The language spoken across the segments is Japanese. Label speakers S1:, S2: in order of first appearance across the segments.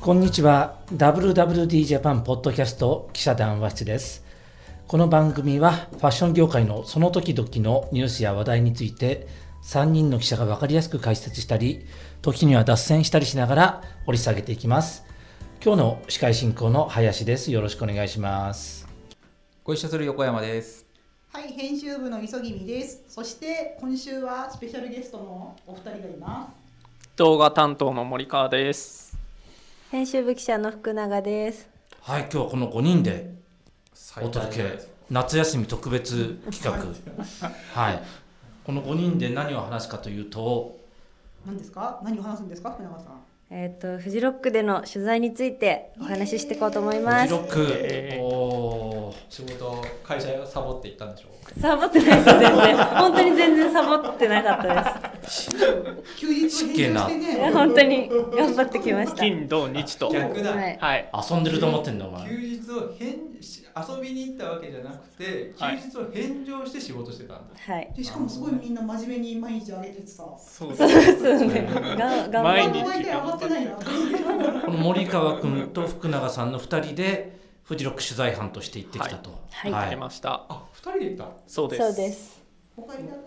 S1: こんにちは WWD ジャパンポッドキャスト記者談話室ですこの番組はファッション業界のその時々のニュースや話題について3人の記者が分かりやすく解説したり時には脱線したりしながら掘り下げていきます今日の司会進行の林ですよろしくお願いします
S2: ご一緒する横山です。
S3: はい、編集部の磯君です。そして今週はスペシャルゲストのお二人がいま
S4: 動画担当の森川です。
S5: 編集部記者の福永です。
S1: はい今日はこの5人でお
S2: お
S1: 届け夏休み特別企画はいこの5人で何を話すかというと
S3: す。何ですか？何を話すんですか、福永さん。
S5: えっ、とフジロックでの取材についてお話ししていこうと思いま
S1: フジロ。
S5: す
S1: ック、
S4: えー
S1: おー
S2: 仕事会社をサボっていったんでしょ
S5: サボってないです全然。本当に全然サボってなかったで
S3: 休日
S1: 失
S3: の
S1: 敬
S3: 編集
S1: な
S3: して
S5: す。
S3: ね。
S5: 本当に頑張ってきました。
S4: 金土日と。
S2: 逆だ、
S5: はい。
S4: はい。
S1: 遊んでると思ってんだお前
S2: 休日を返し遊びに行ったわけじゃなくて休
S4: はい
S2: 日を返上して仕事してたんだ、
S5: はい。
S3: でしかもすごいみんな真面目に毎日上げててさ。
S2: そう
S5: そうですね。がん頑
S4: 毎
S5: 張
S4: 日
S5: っ
S3: あんまり上がってないな。
S1: この森川君と福永さんの2人でフジロック取材班として行ってきたと
S5: はい
S4: やりました。
S2: あ二人で行った
S4: そう
S5: て。
S4: です。
S5: そうです。
S3: おかえりなさい。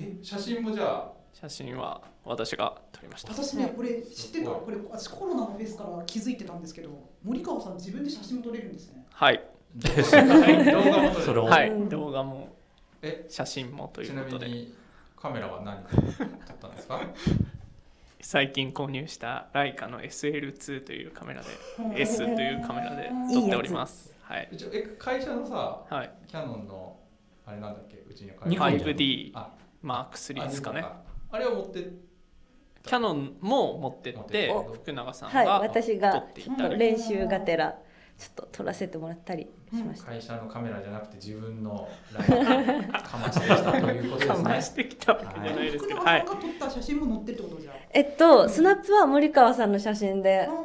S2: え写真もじゃあ
S4: 写真は私が撮りました。
S3: 私ね、これ知ってた。これ私コロナのフェスから気づいてたんですけど、森川さん自分で写真も撮れるんですね。
S4: はい。
S1: です
S2: 動画も 撮れ
S1: それ
S2: る
S1: を、
S4: はい。
S5: うん
S4: 動画も
S2: え
S4: 写真もとい
S2: ち
S4: う
S2: な
S4: こ
S2: み
S4: とで、
S2: にカメラは何で撮ったんですか
S4: 最近購入したライカの SL2 というカメラ で、
S3: うん
S4: S というカメラで撮っております。はい。
S2: えちょえ会社のさ
S4: はい。
S2: キヤノンのあれなんだっけうちに会
S1: ニ
S2: 社
S1: コン
S2: あ
S4: 5D
S2: あ
S4: Mark3 ですかね。
S2: あれを持って
S4: キャノンも持ってって
S2: お、
S4: 福永さん
S5: はい。
S4: が撮
S5: 私が
S4: ってい
S5: ちょ
S4: た
S5: っと
S4: り。
S5: 練習がてらちょっと撮らせてもらったりしました。
S2: 会社のカメラじゃなくて自分のライブをかましてきたということで
S4: か
S2: す
S4: ま
S2: ね
S4: し。てきたわけじゃないです
S3: 福
S4: けど、
S3: 永
S4: は
S3: さんが
S4: い。
S3: 撮った写真も載ってるってことじゃん。
S5: えっとスナップは森川さんの写真で
S3: あー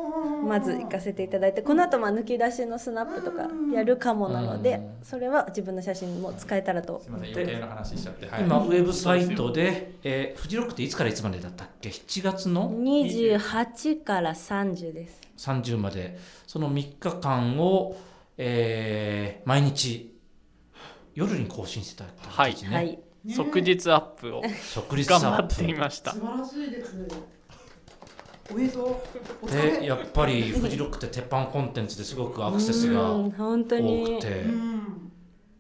S5: まず行かせていただいてこの後まあ抜き出しのスナップとかやるかもなの
S1: う
S5: で
S1: ん
S5: それは自分の写真も使えたらと
S2: すみません余計な話しちゃって。はい。
S1: 今ウェブサイトで、えーフジロックっていつからいつまでだったっけ7月の
S5: 28から30です
S1: 30までその3日間を、えー毎日夜に更新してたってことですね、
S5: はい
S3: ね
S4: 即日アップを
S1: 即日
S4: 頑
S1: サ
S4: 張
S1: ッ
S4: ってい
S1: プ
S4: ました
S3: 素。晴らしいですね。おめでとう。お疲
S1: で
S3: れ。
S1: やっぱりフジロックって鉄板コンテンツですごくアクセスが
S5: う
S1: 多
S5: ん本当
S1: く
S5: に
S1: て
S3: うん。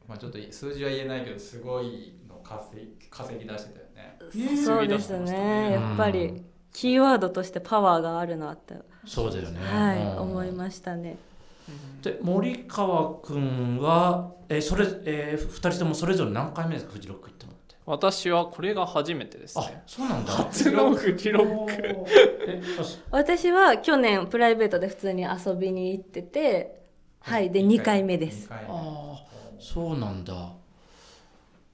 S2: まあちょっと数字は言えないけどすごいの稼ぎ稼ぎ出してたよね。
S3: ね
S5: そうですねやっぱ
S1: う
S5: り
S1: ん
S5: キーワードとしてパワーがあるなって
S1: そうだよね、
S5: はい
S1: うん
S5: 思いましたね
S1: で森川君は、えーそれえー、2人ともそれぞれ何回目ですかフジロック行ったのって
S4: 私はこれが初めてです
S1: あ
S4: ね。
S1: そうなんだ
S4: 初のフジロック。
S3: おー
S1: えあそ
S5: 私は去年プライベートで普通に遊びに行っててはいで2回目です
S2: 二回目
S1: あーそうなんだ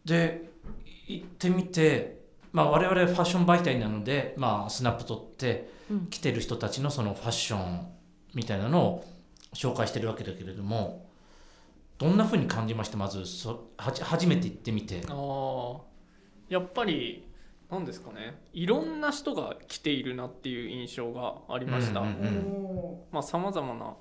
S1: で行ってみて、まあ、我々ファッション媒体なので、まあ、スナップ撮って
S5: うん
S1: 来てる人たちのそのファッションみたいなのを紹介してるわけだけれどもどんなふうに感じましたまずそはじ初めて行ってみて
S4: あーやっぱり何ですかねいろんな人が来ているなっていう印象がありました、
S1: うん
S3: お
S4: まあさまざまな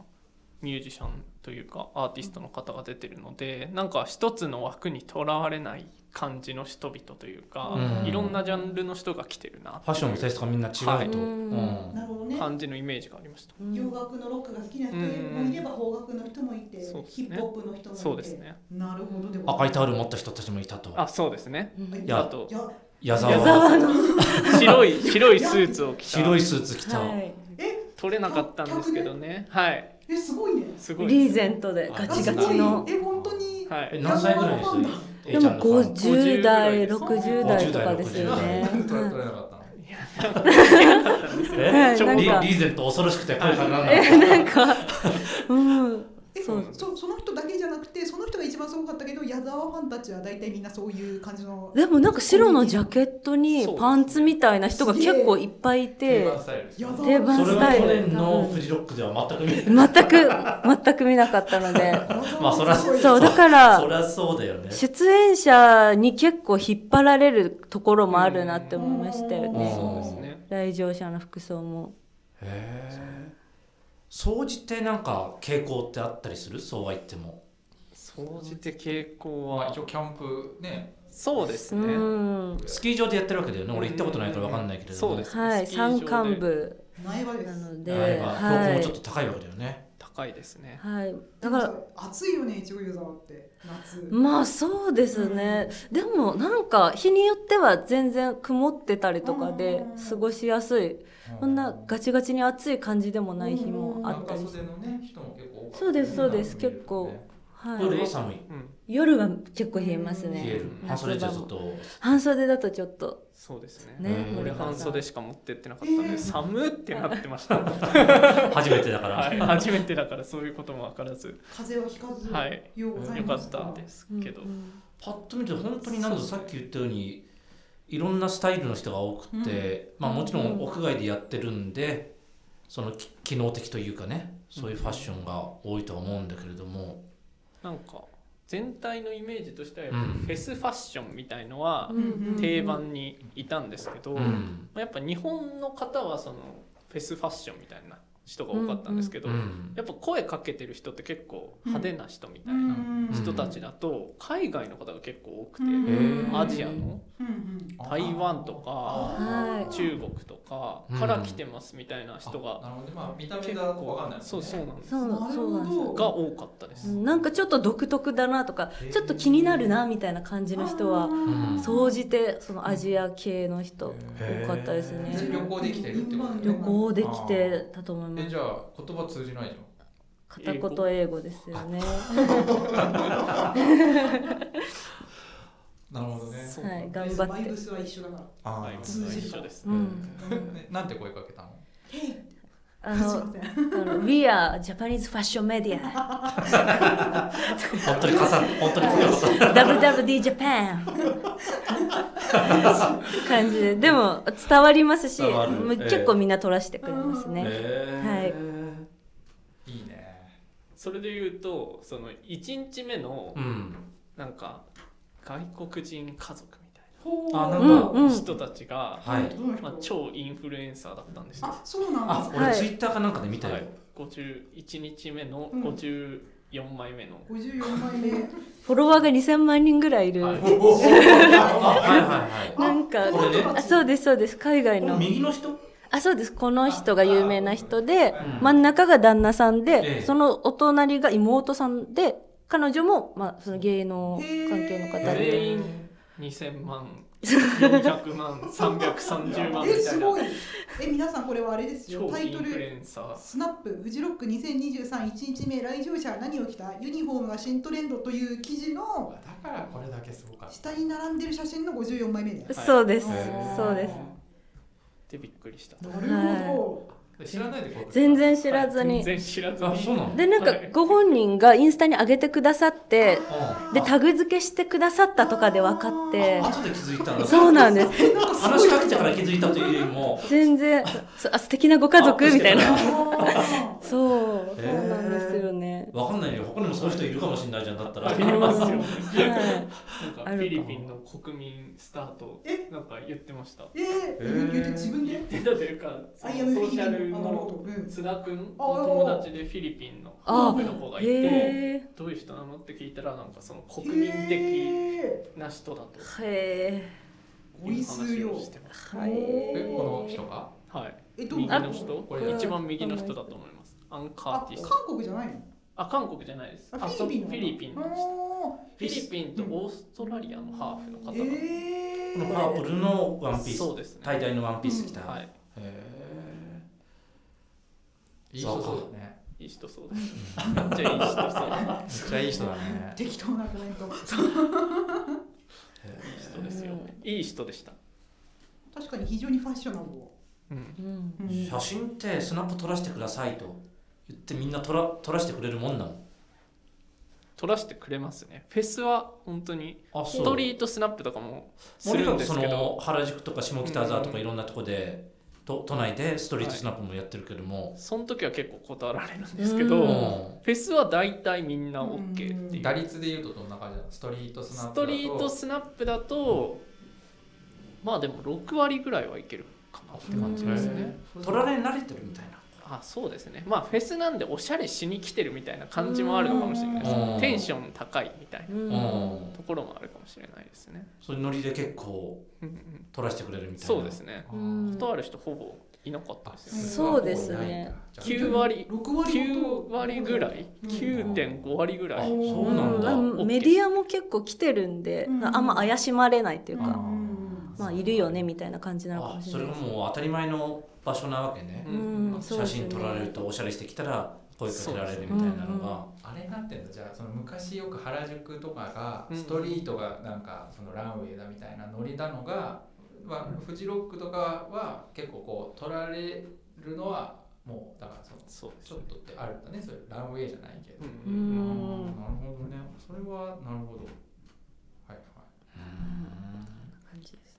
S4: ミュージシャンというかアーティストの方が出てるのでなんか一つの枠にとらわれない感じの人々というか、
S1: うん
S4: いろんなジャンルの人が来てるな
S1: ファッションのテイストがみんな違うと、
S4: はい
S1: うん
S3: ーなるほどね。
S4: 感じのイメージがありました、
S5: うん
S3: 洋楽のロックが好きな人もいれば邦楽の人もいて、
S4: そうです
S3: ヒ
S4: ね
S3: ップホップの人もいて。
S4: そうです。ね
S3: なるほどでも。
S1: 赤いタオル持った人たちもいたと
S4: あそうですね
S5: うん
S1: いや
S4: あと
S3: いや
S1: 矢
S4: 矢
S1: 沢
S4: 白い白いスーツを着た
S1: 白いスーツ着た、
S5: はい
S3: え
S4: 取れなかったんですけどねはい
S3: えすごいね。
S4: すごい
S5: リーゼントでガチガチの
S3: あすごいえ本当に。
S4: は
S1: え
S4: い
S1: 何歳ぐらいの人
S3: なんだ
S1: え
S5: で
S1: いち
S5: も
S1: ゃんのファン
S5: 50代
S3: 50
S5: 60代とかですよね
S2: なんで撮れ
S5: は
S2: 撮れなかったの？
S1: え
S5: はい
S1: ちょ
S5: なん
S1: リ
S5: か
S1: リーゼント恐ろしくて声がなんない
S5: いなん かうん
S3: え
S5: そ
S3: そうそその人だけじゃなくてその人が一番すごかったけど矢沢ファンたちは大体みんなそういう感じ の。
S5: でもなんか白のジャケットにパンツみたいな人が結構いっぱいい
S2: 定
S5: て
S2: 番スタイルですね
S3: 矢。
S1: そ
S3: 沢
S5: 定番
S1: れ
S5: ス
S1: は
S5: タイ
S1: 去
S5: ル
S1: 年のフジロックでは全く見えない
S5: 全く全く見なかったので
S1: まあそら
S3: そう
S5: そうだから
S1: そりゃそうだよね
S5: 出演者に結構引っ張られるところもあるなって思いましたよ
S1: うん
S5: ね
S4: そうですね
S5: 来場者の服装も
S1: へえ総じてなんか傾向ってあったりするそうは言っても
S4: 総じて傾向
S2: まあ、
S4: は
S2: 一応キャンプね
S4: そうです
S5: う
S4: ね
S5: ん
S1: スキー場でやってるわけだよね俺行ったことないから分かんないけれども
S4: そうです
S5: はい
S4: スキー場で
S5: 山間部
S3: 苗場で
S5: な
S3: す
S5: の
S1: で
S5: で
S1: あれば標高
S5: は
S1: もちょっ
S5: い
S1: と高いわけだよね、
S4: 高いですね
S5: はいだから
S3: 暑いよねいちご湯沢って夏
S5: まあそうですね、でもなんか日によっては全然曇ってたりとかで
S3: うん
S5: 過ごしやすいこんなガチガチに暑い感じでもない日
S3: う
S5: も
S3: ん
S5: あったり
S2: 長
S5: して
S2: 袖のね人も結構多かった
S5: そうですそうです
S2: ね
S5: 結構は、
S1: 夜はい寒い
S4: うん
S5: 夜は結構冷えます
S1: 冷
S5: ね
S1: える
S4: うん
S1: 半袖じゃちょっと
S5: 半袖だとちょっと
S4: そうですね
S5: ね
S1: うん
S4: 俺
S5: 森川
S4: 半
S5: さん
S4: 袖しか持ってってなかったん
S3: えー
S4: で寒ってなって ました、
S1: 初めてだから、
S4: はい、初めてだからそういうことも分からず
S3: 風邪をひかず
S4: はい
S3: ようござい
S4: よか
S3: ま
S4: っ
S3: す
S4: たんですけど、
S5: うんうん
S1: パッと見て本当になんださっき言ったようにいろんなスタイルの人が多くて、まあもちろん屋外でやってるんでそのき機能的というかねそういうファッションが多いとは思うんだけれども、
S4: なんか全体のイメージとしてはやっ
S1: う
S4: ぱ
S1: ん
S4: フェスファッションみたいのは
S5: うんうんうん
S4: 定番にいたんですけど、
S1: う
S4: ま
S1: ん
S4: あやっぱ日本の方はそのフェスファッションみたいな人が多かったんですけど、
S1: うん
S4: やっぱ声かけてる人って結構派手な人みた
S3: う
S4: いなん
S1: うん
S4: 人たちだと海外の方が結構多くて、
S3: うん
S1: うん
S4: アジアの
S3: うんうん
S2: あー
S4: 台湾とか
S5: はい
S4: 中国とかから来てますみたいな人
S2: あ
S4: が
S2: なるほどねまあ見た目
S4: 結
S2: がわかんな
S4: 構
S2: いです
S4: そ
S2: ね
S4: うそうなんです
S5: そう
S3: なる
S5: そう
S3: ほ
S5: なんですよ
S3: ど
S4: が多かったで
S5: う
S4: す。
S5: んなんかちょっと独特だなとか
S1: へー
S5: ちょっと気になるなみたいな感じの人は
S1: うん
S5: 総じてそのアジア系の人
S1: へー
S5: 多かったです
S1: う
S5: ね
S2: 全然旅行できてるってこと
S5: 旅
S2: ね
S5: 行できてたと思いま
S2: え
S5: す
S2: じゃあ言葉通じないじ
S5: 片言英語ですよね。
S2: ゃんなるほどね
S4: そう
S5: はい、
S3: バ
S5: 頑張
S3: イ
S5: って
S3: ブ。スは一緒だから
S2: あ
S4: はい、
S2: ー
S3: 通 じる
S4: 一緒です。
S5: う
S2: うん
S5: ん、
S2: ねなんて声かけたの
S3: ヘイ
S5: あ
S3: すいま
S5: の、
S3: せん
S5: あの We are Japanese Fashion Media
S1: 本当に傘本当に強さ
S5: WWD Japan 感じで、でも伝わりますし、
S1: 伝わる
S5: もう
S1: ええ
S5: 結構みんな取らせてくれますね。
S1: へ
S2: いいね
S4: それで言うと、その一日目の
S1: ーうん
S4: なんか外国人家族みたい
S3: ほう
S1: あな
S5: うん
S1: か
S5: んうん
S4: な。人たちが、
S1: はい
S3: どの人
S4: まあ超インフルエンサーだったんですよ。
S3: あそうなんで
S1: あ
S3: すか
S5: は
S1: 俺
S5: い
S1: ツイッターかなんかで見たよ、
S4: はい、五十一日目の
S3: うん
S4: 五十四枚目の、
S3: 54枚目
S5: フォロワーが2000万人ぐらいいる。
S4: はい
S1: あはいはいはい
S5: なんか
S3: あこの人
S5: あ
S3: たち
S5: そうですそうです海外
S1: この
S5: の
S1: 右の人
S5: あそうですこの人が有名な人で
S1: うん
S5: 真ん中が旦那さん
S1: え
S5: で、
S1: え
S5: そのお隣が妹さんで彼女も、まあ、その芸能関係の方
S4: へ
S5: で
S4: 全員二千万、四百万、三百三十万み
S3: え
S4: た
S3: す
S4: いな
S3: ごいえ皆さんこれはあれですよ
S4: 超
S3: タ
S4: イ
S3: イ
S4: ン
S3: ト
S4: フル
S3: ル
S4: エンサー。
S3: スナップフジロック2023 1日目来場者は何を着たユニフォームが新トレンドという記事の
S2: だからこれだけすごかった
S3: 下に並んでる写真の54枚目で
S4: はい
S5: そうです、
S1: へえ
S5: そうです
S4: でびっくりした。
S3: なるほ
S2: で知らないでこう
S5: 全然知らずに、
S4: はい全然知らず
S1: あ
S4: に。
S1: そうなの
S5: でなんか
S4: はい
S5: ご本人がインスタに上げてくださって
S1: あ
S5: でタグ付けしてくださったとかで分かって
S1: 後で気づいたんだ
S5: そうなんです
S3: どなんかすごい
S1: 話しかけてから気づいたというよりも
S5: 全然そあ素敵なご家族みたいな
S3: あ
S5: そう、
S1: へえ
S5: そうなんですよね
S1: わかんないよ他にもそういう人いるかもしれないじゃんだったら
S4: ありますよ。
S5: はい
S4: なんか
S5: あ
S4: フ
S5: るかも
S4: ィリピンの国民スタート
S3: え
S4: なんか言ってました。
S3: ーえー言って自分
S4: 言
S3: で
S4: ってたというか、そ
S3: ア
S4: のソ
S3: イアムフィ
S4: ー
S3: リ
S4: シ
S3: ピン
S4: ャル
S3: あなるほ
S4: の
S3: どうん
S4: 津田君の友達でフィリピンの
S5: あ
S4: 僕の子がいて、
S5: へえ
S4: どういう人なのって聞いたらなんかその国民的
S3: へ
S4: な人だと
S5: へ
S3: ーお
S4: いう
S3: いす
S4: 話
S3: よ
S4: をしてま
S5: えはい
S2: えこの人が
S4: す。はい。
S3: えど
S4: 右
S3: あ
S4: の人、こ
S5: こ
S4: れ
S5: れ
S4: 一番右の人だと思います。アンカー
S3: あ
S4: ティスト。
S3: 韓国じゃないの
S4: あ、韓国じゃないです。
S3: あフィリピン
S4: そう
S3: の
S4: フィリピン
S3: あー
S4: の人。フィリピンとオーストラリアのハーフの方だと思います
S3: え
S1: このパ
S3: ー
S1: ープルのワンピース
S4: そうですね。
S1: 大体のワンピース着た、
S4: は
S1: へ
S4: い。
S1: え
S2: いい人そうだね
S4: いい人そうです。めっちゃいい人そう。
S2: めっちゃいい人だね
S3: 適当なコメント
S4: いい人ですよ。いい人でした。
S3: 確かに非常にファッショナブル
S4: うん。
S5: うん
S3: うん
S1: 写真ってスナップ撮らせてくださいと言ってみんな撮ら撮らせてくれるもんなの
S4: 撮らせてくれますね。フェスは本当に
S1: あ
S4: ストリートスナップとかもす
S1: 俺
S4: る
S1: ら
S4: ん
S1: も
S4: で
S1: そ
S4: すけ
S1: の
S4: ど、
S1: 原宿とか下北沢と
S4: う
S1: か
S4: ん
S1: いろんなとこで、と都内でストリートスナップもやってるけども、
S4: その時は結構断られるんですけ
S5: う
S4: ど、
S5: ん
S4: フェスは大体みんな OK っていう
S2: 打。率で言うとどんな感じなのストリートスナッ
S4: ス
S2: プだ
S4: ト
S2: と
S4: リートスナップだと、まあでも6割ぐらいはいけるかなって感じですね。
S1: 撮られ慣れてるみたいな
S4: あそうですねまあフェスなんでおしゃれしに来てるみたいな感じもあるのかもしれないです
S1: う
S4: ね
S1: ん
S4: テンション高いみたいな
S5: うん
S1: うん
S4: ところもあるかもしれないですね、
S1: それノリで結構
S4: うんうん、
S1: 取らせてくれるみたいな
S4: そうですね
S5: うん
S4: 断る人ほぼいなかったですよね
S5: そうですね
S4: 9割
S2: 6割
S4: 9割ぐらい
S2: うん
S4: 9.5割ぐら
S1: あ
S4: い
S1: そうなんだ、
S5: うん
S4: だ
S5: メディアも結構来てるんで、
S3: うん
S5: あんま怪しまれないっていう
S3: うん
S5: か、まあいるよねみたいな感じなのか
S1: あ
S5: もし
S1: そ
S5: れ
S1: れ
S5: ない
S1: が
S5: です
S1: もう当たり前の場所なわけね、
S4: うん
S5: うんそう
S1: 写
S5: ですね
S1: 真撮られるとおしゃれしてきたら声かけられるみたいなのが、
S2: あれになってんだじゃあその昔よく原宿とかがストリートがなんかそのランウェイだみたいなノリなのが、まあ、フジロックとかは結構こう取られるのはもうだからその
S4: そうです
S2: ちょっとってあるんだねそれランウェイじゃないけど、
S4: うんうん
S5: うん
S2: なるほどねそれはなるほどはいはい
S5: 感じです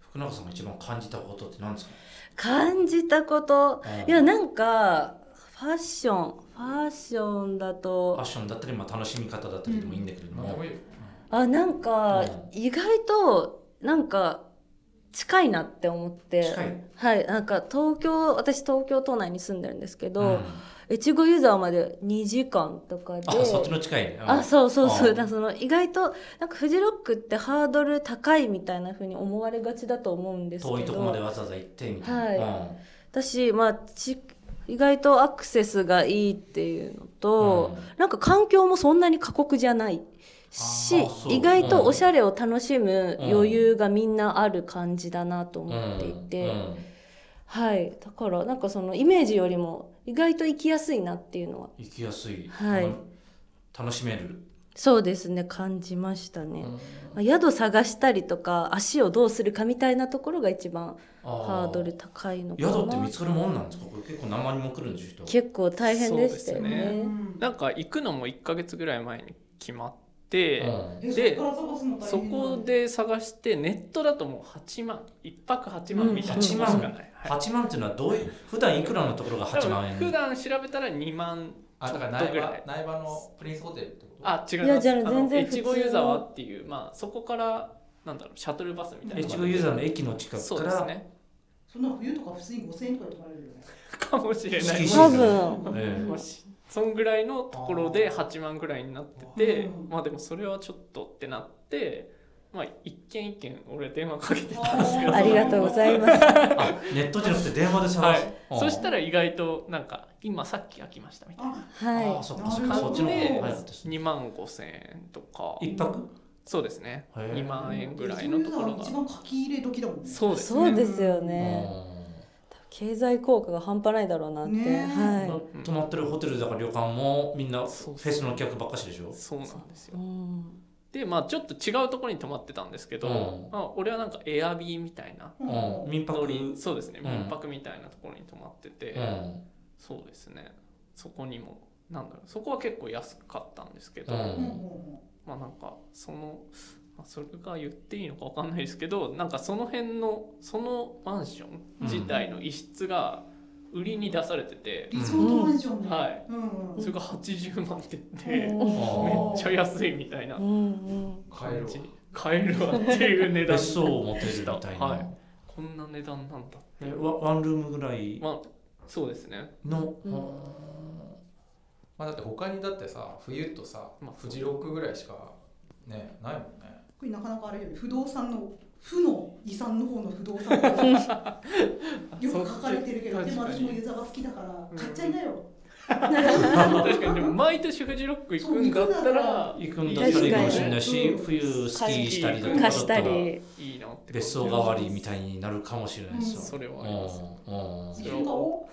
S1: 福永さんが一番感じたことって何ですか、
S5: 感じたこと
S1: うん
S5: いやなんかファッションファッションだ
S1: ファ
S5: と
S1: ッションだったり、まあ、楽しみ方だったりでもいいんだけれど
S2: まあ
S1: も、
S2: でもいいよ
S5: あなんか
S1: うん
S5: 意外となんか近いなって思って
S1: 近い
S5: はいなんか東京私東京都内に住んでるんですけ
S1: うん
S5: ど越後湯沢まで2時間とかで
S1: あそっちの近いね、うん
S5: あそうそうそ
S1: あ
S5: うだからその意外となんかフジロックってハードル高いみたいな風に思われがちだと思うんですけど
S1: 遠いとこまでわざわざ行ってみたいな、
S5: はい私、まあ、ち意外とアクセスがいいっていうのと、なんか環境もそんなに過酷じゃないし
S1: あーそう
S5: 意外とおしゃれを楽しむ余裕がみんなある感じだなと
S1: うん
S5: 思っていて、
S1: うんうん
S5: はいだからなんかそのイメージよりも意外と行きやすいなっていうのは
S1: 行きやすい、
S5: はい
S1: あの楽しめる、
S5: そうですね感じましたね。
S1: うん
S5: まあ宿探したりとか足をどうするかみたいなところが一番
S1: あ
S5: ハードル高いのかな
S1: 宿って見つかるもんなんですかこれ結構何万人も来るんでしょ人
S5: 結構大変でしたよ
S4: そうです
S5: ね
S4: なんか行くのも1ヶ月ぐらい前に決まって、
S1: うん
S3: で、そこから探すの大
S4: そ
S3: 変な
S4: こ
S3: の
S4: で探してネットだともう8万1泊8万みたいな
S1: うん
S4: 8万しかない、はい
S1: 8万っていうのはどういう普段いくらのところが8万円
S4: 普段調べたら2万
S2: あだから
S4: ちょっと
S2: 苗
S4: ぐら
S2: 場
S4: い
S2: 苗場のプリンスホテルってこと
S4: あ違う
S5: いやじゃあ
S4: の
S5: 全然普通
S4: 越
S5: の
S4: 後湯沢っていうまあそこからなんだろうシャトルバスみたいな
S1: 越後ユーザーの駅の近
S4: そ
S1: くか
S4: うで
S1: ら
S4: す、ね
S3: そんな冬とか普通に5000円とかで取られるよね
S4: かもしれない
S1: 月
S5: 多分
S1: え
S4: もしそんぐらいのところで8万ぐらいになってて
S3: うん
S4: まあでもそれはちょっとってなってまあ一件一件俺電話かけてたんですけど
S5: ありがとうございます
S1: えあネットじゃなくて電話で探す、
S4: はい
S1: うん
S4: そしたら意外となんか今さっき飽きましたみたい
S3: あ
S1: ああ
S5: は
S1: そっかそっかそっちの方が早かったです
S4: な2万5千円とか
S1: 一泊
S4: そうですね
S1: へー
S4: 2万円ぐらいのところが
S3: 一番書き入れ時だもんね
S4: そう
S5: い
S4: です
S5: そう
S4: ね
S5: ですよ
S1: う
S5: ね
S1: ん
S5: 経済効果が半端ないだろうなって
S3: ね
S5: は
S4: うん
S1: 泊まってるホテルだから旅館もみんなフ
S4: そうそう
S1: ェスの客ばっかしでしょ
S4: そうなんです
S5: い
S4: よ
S5: うん
S4: でまあちょっと違うところに泊まってたんですけど、
S1: うん
S4: まあ、俺はなんかエアビーみたいな
S3: うん
S1: うん民泊
S4: ノ
S1: う
S4: リ
S1: ん
S4: そうですね
S1: うん
S4: 民泊みたいなところに泊まってて、そうですねそこにもなんだろうそこは結構安かったんですけど、
S1: うん
S3: うんうん
S4: まあなんかその、まあ、それが言っていいのかわかんないですけどなんかその辺のそのマンション自体の一室が売りに出されてて、
S3: リゾートマンションで、
S4: はい
S3: うんうん
S4: それが80万って言って、めっ
S1: お
S4: ちゃ安いみたいな
S5: うん
S4: 感じ買えるわっていう値段
S1: 別荘を持てるみたいな、
S4: はいこんな値段なんだってい
S1: え
S4: う
S1: ワワンルームぐらい
S4: まあそうですね
S1: の、
S5: うん
S2: まあだって他にだってさ冬とさ、
S4: まあ
S2: フジロックぐらいしかねないもんね
S3: これなかなかあれよね不動産の負の遺産の方の不動産 がよく書かれてるけど
S4: そっ
S3: で
S4: ち
S3: も私もユーザーが好きだから買っちゃいなよ、
S4: 確かにでも毎年フジロック行くんだったら
S1: 行くんだったらいいかもしれないし、
S3: うん
S1: 冬スキーしたりだとか
S5: 貸した
S1: ちょっ
S5: り
S4: いいなって
S1: と別荘代わりみたいになるかもしれないですよ、
S3: うん
S4: それはあります
S1: うんうん
S3: 一緒に買お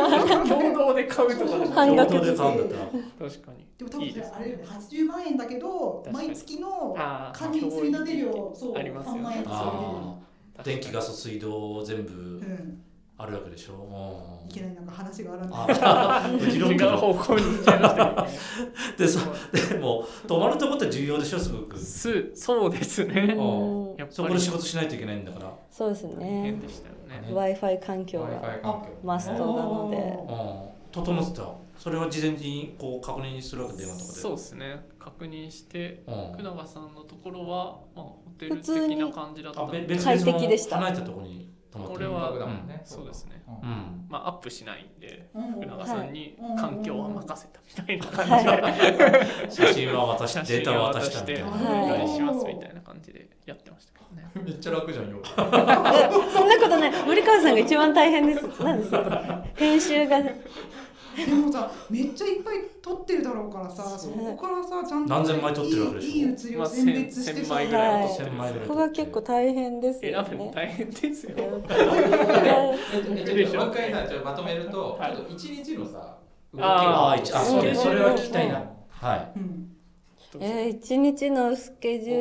S3: う
S4: 共同で買うとかじゃない
S5: 半額
S1: 共同で買うんだったら
S4: 確かに
S3: でも多分
S4: いい
S3: そ
S4: で
S3: れ
S4: す
S3: あれだよ
S4: ね
S3: ね80万円だけど
S4: 確かに
S3: 毎月の
S4: あー
S3: 管理積み立て料そう
S4: ありますよね
S3: 3万円とか
S1: ああ電気ガス水道全部
S3: 入れるうん
S1: あるわけでしょ、
S3: いうけ
S1: ん、
S3: ないなんか話があらんだ
S1: あフジロッ
S4: 違
S1: ク
S4: う
S1: の
S4: 方向に行っちゃいましたね
S1: で そでも泊まるとこって重要でしょすごく
S4: すそうですね
S1: うん
S4: やっ
S1: そこ
S4: ぱ
S1: で
S4: り
S1: 仕事しないといけないんだから、
S5: そうです
S4: 大
S5: ね
S4: 変でしたよね
S5: w i f i 環境
S2: w i
S5: が
S2: f i 環境
S5: マストなので
S1: うん、整ってたそれは事前にこう確認するわけ電話とかで
S4: そうですね確認して
S1: うん
S4: 福永さんのところはまあホテル的な感じだった
S1: あ
S4: の
S1: べ
S4: で
S1: 別にその
S5: 快適でした
S1: 離れたところに泊まって
S4: 俺れは、
S2: 金額だもんね
S4: そうですね、
S2: うん
S1: うん
S4: まあ、アップしないんで
S3: うん
S4: 福永さんに
S3: はい
S4: 環境は任せたみたいな感じで、
S1: 写真は渡し
S4: 写
S1: てデー
S4: 真
S1: タ
S4: を
S1: は
S4: 渡
S1: 渡したみ
S4: し
S1: た
S4: て
S1: い
S4: お
S1: な、
S5: はい
S4: 願いしますみたいな感じでやってましたけどね。
S2: めっちゃ楽じゃん よ。
S5: そんなことない森川さんが一番大変ですなんです編集が
S3: でもさめっちゃいっぱい撮ってるだろうからさそこからさちゃんと
S1: 何千枚撮ってるわけでしょ
S3: いいいい写り
S4: ま
S3: を
S4: あ、
S3: 選
S4: 千
S3: 別して
S4: 千
S3: さ、
S4: 枚ぐらい
S5: はい
S4: 撮ってる
S1: 枚ぐらい
S5: ここが結構大変です
S4: 選
S5: よ
S4: ぶの
S5: ね
S4: 大変ですよ。
S2: え
S4: でしょ
S2: もう一回なちょっとまとめると、
S4: はい
S2: ちょっと一日のさ動き
S4: あ
S1: あ
S2: が
S1: あ一あそうねそれは聞きたいなはい
S3: うん
S5: えー一日のスケジュ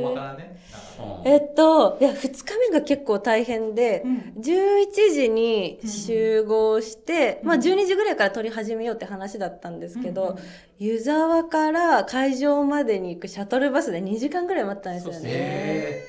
S2: おお大まか
S5: ール
S2: なね。
S1: うん
S5: えっといや2日目が結構大変で
S3: うん
S5: 11時に集合して、
S3: うん
S5: まあ12時ぐらいから撮り始めようって話だったんですけど、湯沢から会場までに行くシャトルバスで2時間ぐらい待ったんですよ
S4: そうです
S5: ね。
S2: え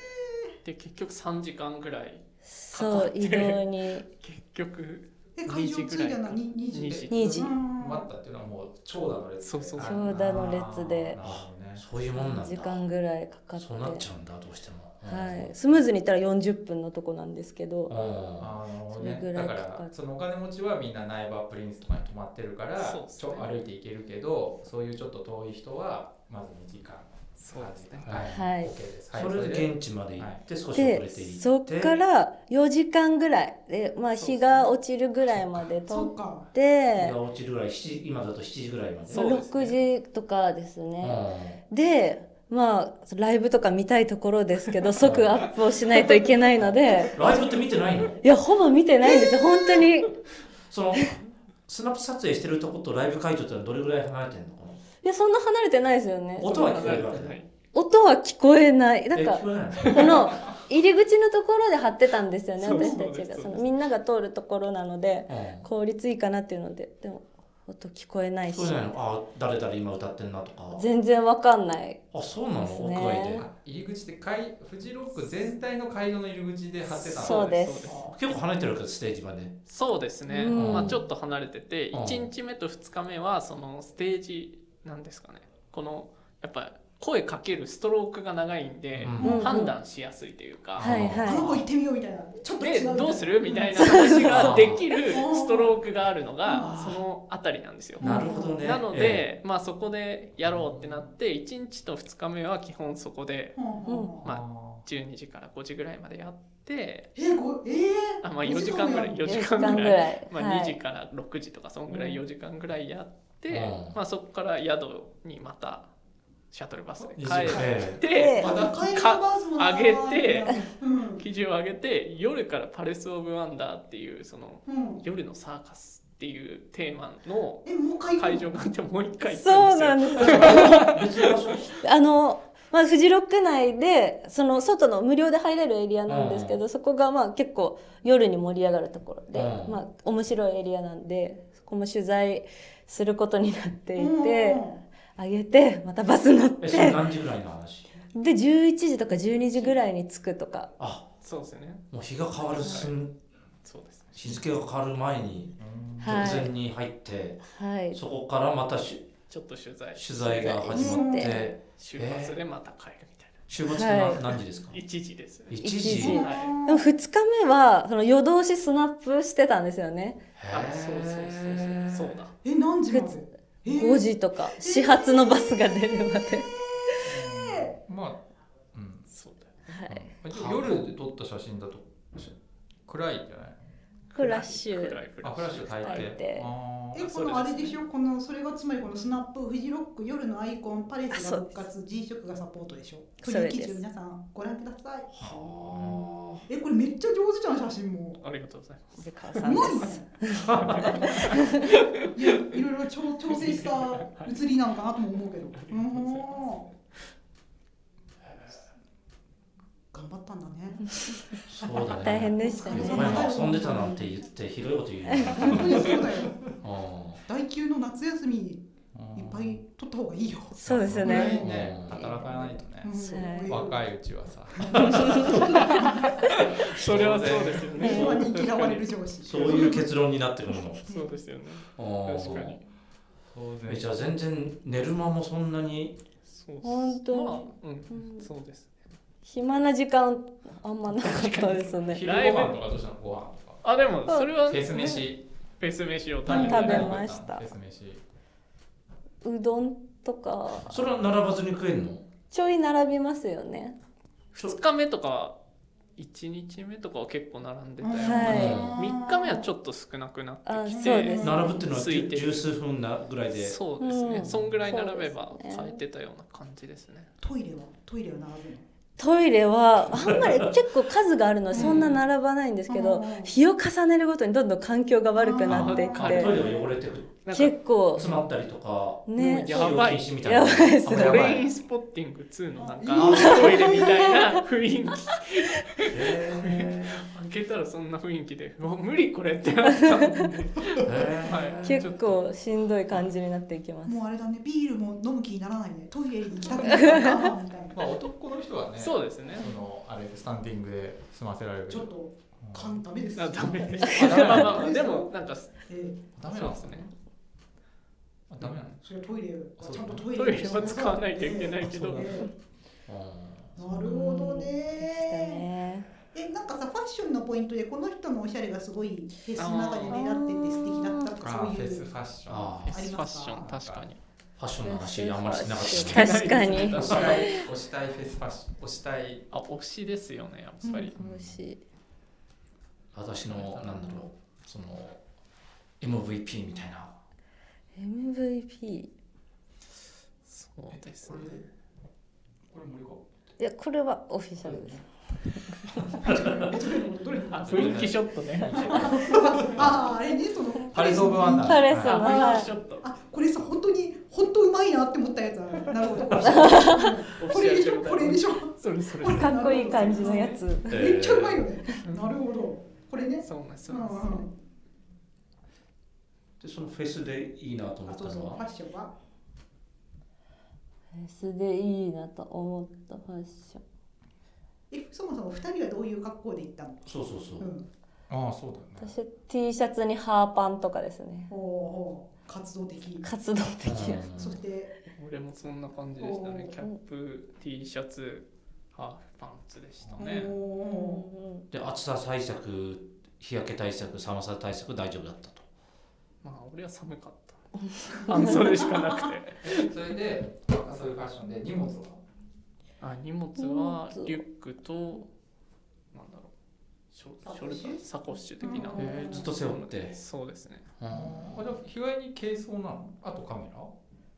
S4: で結局3時間ぐらい
S5: そう移動に
S4: 結局
S3: で会場着いたのはに2時
S4: 2時
S5: 2時
S3: う
S2: え
S3: ん
S2: 待ったっていうのはもう長蛇の列。
S4: そうそう
S5: そう長蛇の列で
S2: あーなるほどね
S1: そういうもんなん
S5: 時
S1: だ
S5: 間ぐらいかかって
S1: そうなっちゃうんだどうしても、うん
S5: はい、スムーズにいったら40分のとこなんですけ
S1: う
S5: ど、
S1: ん
S2: あーなるほど
S5: それ
S2: ね、
S5: ぐら
S2: だ
S5: い
S2: か
S5: かかる
S2: らそのお金持ちはみんな苗場プリンスとかに泊まってるから
S4: そうっす
S2: ち
S4: ね
S2: ょ歩いて行けるけどそういうちょっと遠い人はまず2時間
S4: そうですね。
S2: はい
S5: はい
S2: OK です、はい、
S1: それで現地まで行って少し遅れ
S5: で
S1: て行って
S5: そっから4時間ぐらいで、まあ、日が落ちるぐらいまで
S3: そ
S5: 撮
S3: うか
S5: っ
S1: 日
S5: て
S1: が落ちるぐらい7今だと7時ぐらいまで
S4: そうですね
S5: 6時とかですね、
S1: う
S5: でまあライブとか見たいところですけど 即アップをしないといけないので
S1: んライブって見てないの
S5: いやほぼ見てないんですよ本当に
S1: そのスナップ撮影してるとことライブ会場ってのはどれぐらい離れてんのか
S5: いやそんな離れてないですよね
S1: お音は聞こえるわけ
S4: はい
S5: 音は聞こえないな
S1: なん聞
S5: か
S1: こえないの
S5: この入り口のところで貼ってたんですよね
S4: そう
S5: 私
S4: そう
S5: た
S4: で
S5: ち
S4: す
S5: が
S4: そう
S5: そ
S4: です
S5: のみんなが通るところなので
S1: うん
S5: 効率いいかなっていうのででも音聞こえない
S1: 聞
S5: し
S1: こえないのあ誰々今歌ってんなとか
S5: 全然わかんない
S1: あそうなの
S5: です
S1: 屋
S5: ね
S1: 外で
S2: あ入り口で会フジロック全体の会場の入り口で貼ってたの
S5: そうです
S1: 結構離れてるわけステージまで
S4: そうですね、
S5: うん
S4: まあ、ちょっと離れてて
S1: うん
S4: 1日目と2日目はそのステージなんですかねこのやっぱ声かけるストロークが長いんで、
S5: うん
S4: 判断しやすいというか、
S5: はい
S3: あの
S5: は
S3: 子行ってみようみたいなちょっと違
S4: で
S3: うみたいな
S4: どうするみたいな話ができる
S3: そう
S4: ストロークがあるのが
S3: あー
S4: その辺りなんですよ。
S1: なるほどね
S4: なの
S1: え
S4: で、まあ、そこでやろうってなって1日と2日目は基本そこで
S3: うんうん
S4: まあ
S2: あ
S4: 12時から5時ぐらいまでやって
S3: えーごえー
S4: あ、まあ、4時間ぐらい
S3: 四
S4: 4
S5: い
S4: 時間ぐらい、
S5: い
S4: ま
S5: は
S4: あ、
S5: い
S4: 2時から6時とかそんぐらい
S5: うん
S4: 4時間ぐらいやって、
S1: うん
S4: まあ、そこから宿にまたシャトルバスで帰
S1: え
S4: っ
S1: え
S4: て
S5: え
S3: また帰りの
S4: か
S3: バスもな
S4: 上げて
S3: うん
S4: 記事を上げて夜から「パレス・オブ・ワンダー」っていうその
S3: うん
S4: 夜のサーカスっていうテーマの
S3: えもう帰
S4: 会場があってもう一回行くんで
S5: そう
S4: すよ。
S5: なんですよあのまあフジロック内でその外の無料で入れるエリアなんですけど、そこがまあ結構夜に盛り上がるところで、
S1: うん
S5: まあ面白いエリアなんでそこも取材することになってい
S3: うん
S5: て、あげてまたバス乗っ
S1: えそれ
S5: て
S1: 何時ぐらいの話
S5: で11時とか12時ぐらいに着くとか
S1: あ
S4: そうですよね。
S1: もう日が変わるすん
S4: そうですね。
S1: 日付が変わる前に
S2: ー
S5: は
S1: 直
S5: い
S1: 前に入って、
S5: はい
S1: そこからまたし
S4: ちょっと取材
S1: 取材が始まっ
S5: 取材して
S4: 週末でまた帰るみたい
S1: 週末って
S5: はい
S1: な何時ですか、
S4: な。1時です。
S1: 1
S5: 一
S1: 時
S5: 時
S1: へ
S3: うん
S5: でも2日目はその夜通しスナップしてたんですよね
S4: あ、そうそうそうそう。そうだ。
S3: え何時までえー
S5: 5時とか始発のバスが出るまで
S2: ーまあ、うん
S4: そうだ。
S5: はい
S2: あでも夜で撮った写真だと暗いんじゃない
S5: フラッシュ
S4: 暗いフラ
S2: あ
S4: ッ
S2: フラッシュ焚い
S5: 焚
S2: て
S5: いて
S2: あー
S3: えこのあれでしょこのそれがつまりこのスナップフジロック夜のアイコンパレスが復活 G ショックがサポートでしょと
S5: そ
S3: いうう
S5: です
S3: 記事を皆さんご覧ください
S1: は
S3: えこれめっちゃ上手じゃん写真も
S4: ありがとうございま
S5: 森川
S3: う
S5: さ
S3: ま
S5: ん
S3: い
S5: で
S3: ね
S5: す
S3: いやいろいろ調調整した写りなのかなとも思うけどうん頑張ったんだね
S1: すそうだね
S5: 大変でした
S1: お
S5: ね
S1: 前も遊んでたなんて言ってひどいこと言うよね、
S3: 本当にそうだ
S1: う
S3: よ 第9の夏休みい
S2: うん
S3: っぱい撮った方がいいよ、
S5: そうです
S2: これ
S5: ね
S2: ね働かないとね
S3: うん
S5: そう
S2: 若いうちはさ
S4: す。それはそうですよね。
S3: 今に嫌われる上司
S1: ん、そういう結論になってくるの
S4: そうですよね。
S1: うん
S4: 確かに。
S2: 当
S1: えじゃあ全然寝る間もそんなに
S4: そう
S5: 本当に
S4: まあ、うん、そうです。
S5: 暇な時間あんまなかったですね
S2: 昼ご飯とかどうしたのご飯とか
S4: あでもそれは
S2: フェス飯
S4: フェス飯を食べ
S5: うん
S4: て
S5: 食べました
S2: フェス飯
S5: うどんとか
S1: それは並ばずに食えるの
S5: ちょい並びますよね
S4: 2日目とか1日目とかは結構並んでたよ、
S5: は
S4: 3日目はちょっと少なくなって
S5: あ
S4: きて
S5: そうですね
S1: 並ぶっていうのは
S4: ついてる
S1: 十数分なぐらいで
S4: そうですね、
S5: うん
S4: そんぐらい並べば
S5: そうですね
S4: 変えてたような感じですね
S3: トイレはトイレは並ぶの
S5: トイレはあんまり結構数があるのでそんな並ばないんですけ
S3: う
S5: ど、
S3: ん
S5: 日を重ねるごとにどんどん環境が悪くなって
S4: あ
S5: き
S4: ー
S1: トイ
S5: て
S1: レが汚れてくる
S4: なんか
S5: 結構
S1: 詰まったりとか
S5: ね
S4: やばい
S1: 使用禁止みたいな
S5: やばいです
S2: や
S4: ト
S2: ばい
S5: ね
S4: レインスポッティング2のなんか青いトイレみたいな雰囲気
S1: へ
S4: 開けたらそんな雰囲気でうわ無理これってなったもんで
S1: ーへー
S4: はい
S5: 結構しんどい感じになっていきます
S3: もうあれだねビールも飲む気にならないねトイレに行きたくなるなみたいな
S2: まあ男の人はね
S4: そうですね
S2: そのあれスタンディングで済ませられる
S3: ちょっと勘ダメです
S4: あダメで
S2: あ
S4: す
S2: ダメ
S4: まあ
S2: な
S4: ま
S2: の
S4: あまあでもなんか
S3: えー
S2: ダメ
S4: そ
S2: な
S4: うんで
S2: ですす
S4: ね
S2: ねあダメなの
S3: それはトイレはちゃんとトイ
S4: ト
S3: レ
S4: イレは使わないといけないけど
S3: えー
S1: う
S3: なるほどね
S5: ね
S3: えなんかさファッションのポイントでこの人のおしゃれがすごいフェスの中で目立ってて素敵だったとか
S2: あ
S3: そう
S2: フ
S3: い
S2: ェス
S3: う
S2: ファッション
S1: あ
S4: フェスファッション確かに
S1: ファッションの話あんまりしなかったね
S5: 確かに
S2: 推したい推したいフェスファッション推したい
S4: あ推しですよねやっぱり、
S5: 美味しい
S1: 私のなんだろうその MVP みたいな
S5: MVP
S4: そうですね
S2: これ無理か
S5: いやこれはオフィシャルです
S4: あ雰囲気ショットね
S3: あああれねその
S2: ハリソン・オブ・ワンダー
S5: パレスの、
S4: あ
S5: は
S4: 雰囲気シ
S5: い
S4: ョット
S3: あこれさ本当に本当うまいなって思ったやつだなるほどこれでしょこれでしょ
S4: それそれ
S5: かっこいい感じのやつ
S3: めっちゃうまいよねなるほどこれね
S4: そうなんです
S3: う
S4: よ、
S3: んうん
S1: でそのフェスでいいなと思
S3: あ
S1: った
S3: そうそう
S1: の
S3: フ
S1: は
S3: ァッションは
S5: フェスでいいなと思ったファッション
S3: えそもそも二人はどういう格好で行ったの
S1: そうそうそううん
S2: ああそうだよね
S5: 私 T シャツにハーパンとかですね
S3: ほうほう活動的
S5: 活動的な
S1: うん
S3: そして
S4: 俺もそんな感じでしたね
S3: おー
S4: キャップ T シャツハーフパンツでしたね
S3: お
S5: う
S1: で暑さ対策日焼け対策寒さ対策大丈夫だったと
S4: まあ俺は寒かった半袖しかなくて
S2: それでなんかそういうファッションで荷物は
S4: あ荷物はリュックとなんだろうショショルダーサコッシュ的な
S3: うんへー
S1: ずっと背負って
S4: そうですね
S2: あじゃあ日帰りに軽装なのあとカメラ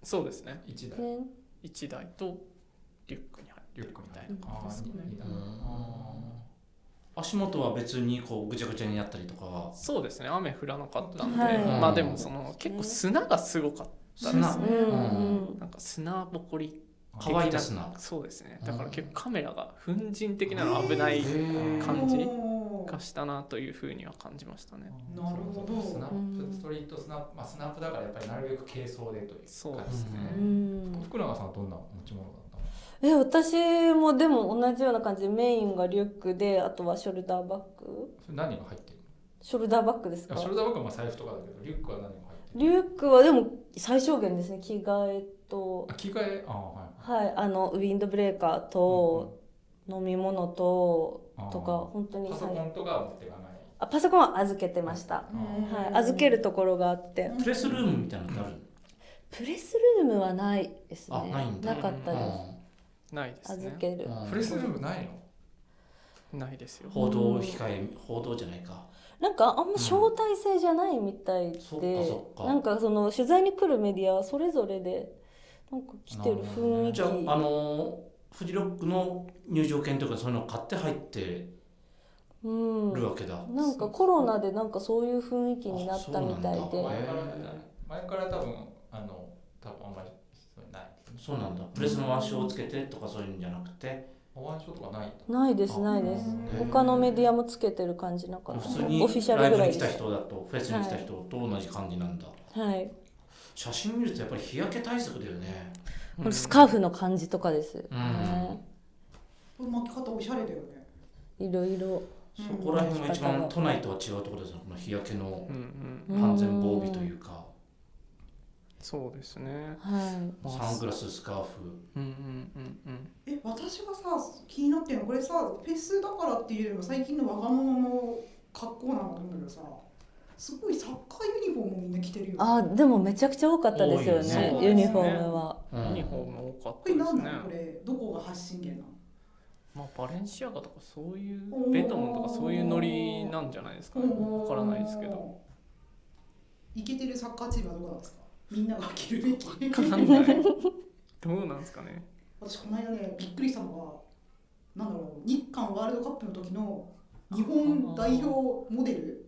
S4: そうですね
S2: 一台
S5: んね
S4: 1台とリュックに入って
S2: リュ
S4: る
S2: ック
S4: み
S2: み
S4: た
S2: た
S4: い
S2: い
S4: な
S2: な
S4: 感じですかね
S2: あーいいな
S1: 足元は別にこうぐちゃぐちゃになったりとか
S4: そうですね雨降らなかったんで、
S5: はい
S4: まあでもその結構砂がすごかったです
S5: う
S4: ね
S5: んうん
S4: なんか砂ぼこり
S1: 乾いた砂
S4: そうですねだから結構カメラが粉塵的なの危ない
S2: ー
S4: 感じ
S3: おー
S4: がしたなというふうには感じましたね
S3: なるほど
S2: スナ
S5: うん
S2: ップストリートスナップ、まあ、スナップだからやっぱりなるべく軽装でという
S4: そう
S2: 感
S4: で
S2: じ
S4: す
S2: です
S4: ね
S2: ね、
S5: うん
S2: 福永さんはどんな持ち物だったの
S5: え私もでも同じような感じでメインがリュックであとはショルダーバッグ
S2: それ何が入ってる
S5: ショルダーバッグで
S2: の
S5: すか
S2: いやショルダーバッグはまあ財布とかだけどリュックは何が入ってる
S5: リュックはでも最小限ですね着替えと
S2: あ着替えああはい
S5: はい、あのウィンドブレーカーと飲み物ととか本当に
S2: パソコンとかは持っていかない
S5: あパソコンは預けてました、
S3: うん
S5: はい、預けるところがあって
S1: プレスルームみたいなのってある
S5: プレスルームはないです
S1: あ
S5: ね
S1: ないんだ
S5: かったで
S4: ないです
S5: す
S4: ね
S5: 預ける
S1: うん
S2: プレスルームないの
S4: ないですよ
S1: 報道控え報道じゃないか
S5: なんかあんま招待制じゃないみたいで、
S1: そっかそっか
S5: なんかその取材に来るメディアはそれぞれでなんか来てる雰囲気
S1: じゃああのフジロックの入場券とかそういうのを買って入って
S5: うん
S1: るわけだ、
S5: なんかコロナでなんかそういう雰囲気になったみたい
S1: あそう
S5: で
S1: なんだ
S2: 前からみたいな前から多分あの多分あんまりそういうのないですね
S1: そうなんだプレスの腕章をつけてとかそういうんじゃなくて
S2: 保安書とかないんだ
S5: ないですないです
S3: うん
S5: 他のメディアもつけてる感じなかった
S1: 普通に
S5: オフィシャ
S1: ラ
S5: ル
S1: イ
S5: ぐ
S1: ブ
S5: らい
S1: に
S5: で
S1: 来
S5: す
S1: た人だとフェスに来た人と同じ感じなんだ、
S5: はい、
S1: 写真見るとやっぱり日焼け対策だよね
S5: このスカーフの感じとかです、
S1: うん
S5: ね
S3: これ巻き方おしゃれだよね
S5: いろいろ
S1: そこら辺が一番都内とは違うところですよこの日焼けの
S4: うんうん
S5: うん
S1: 完全防備というか
S4: そうですね
S5: は
S1: サングラススカーフ
S4: うんうんうんうん
S3: え私がさ気になってるのこれさフェスだからっていうよりも最近の若者の格好なのと思うんだけどさすごいサッカーユニフォームみんな着てるよ
S5: あでもめちゃくちゃ多かったですよ
S1: 多い
S5: ね
S4: よね
S5: ユニフォームは、
S1: うん
S4: ユニフォーム多かっ
S3: こ
S4: た
S3: れ
S4: です
S3: 何
S4: ね
S3: なのこれどこが発信源なの
S4: まあバレンシアガとかそういうベトンとかそういうノリなんじゃないですかね
S3: うん
S4: わからないですけど
S3: イケてるサッカーチームはどこなんですかみんなが着るべき
S4: わかんないどうなんですかね
S3: 私この間ねびっくりしたのがなんだろう日韓ワールドカップの時の日本代表モデル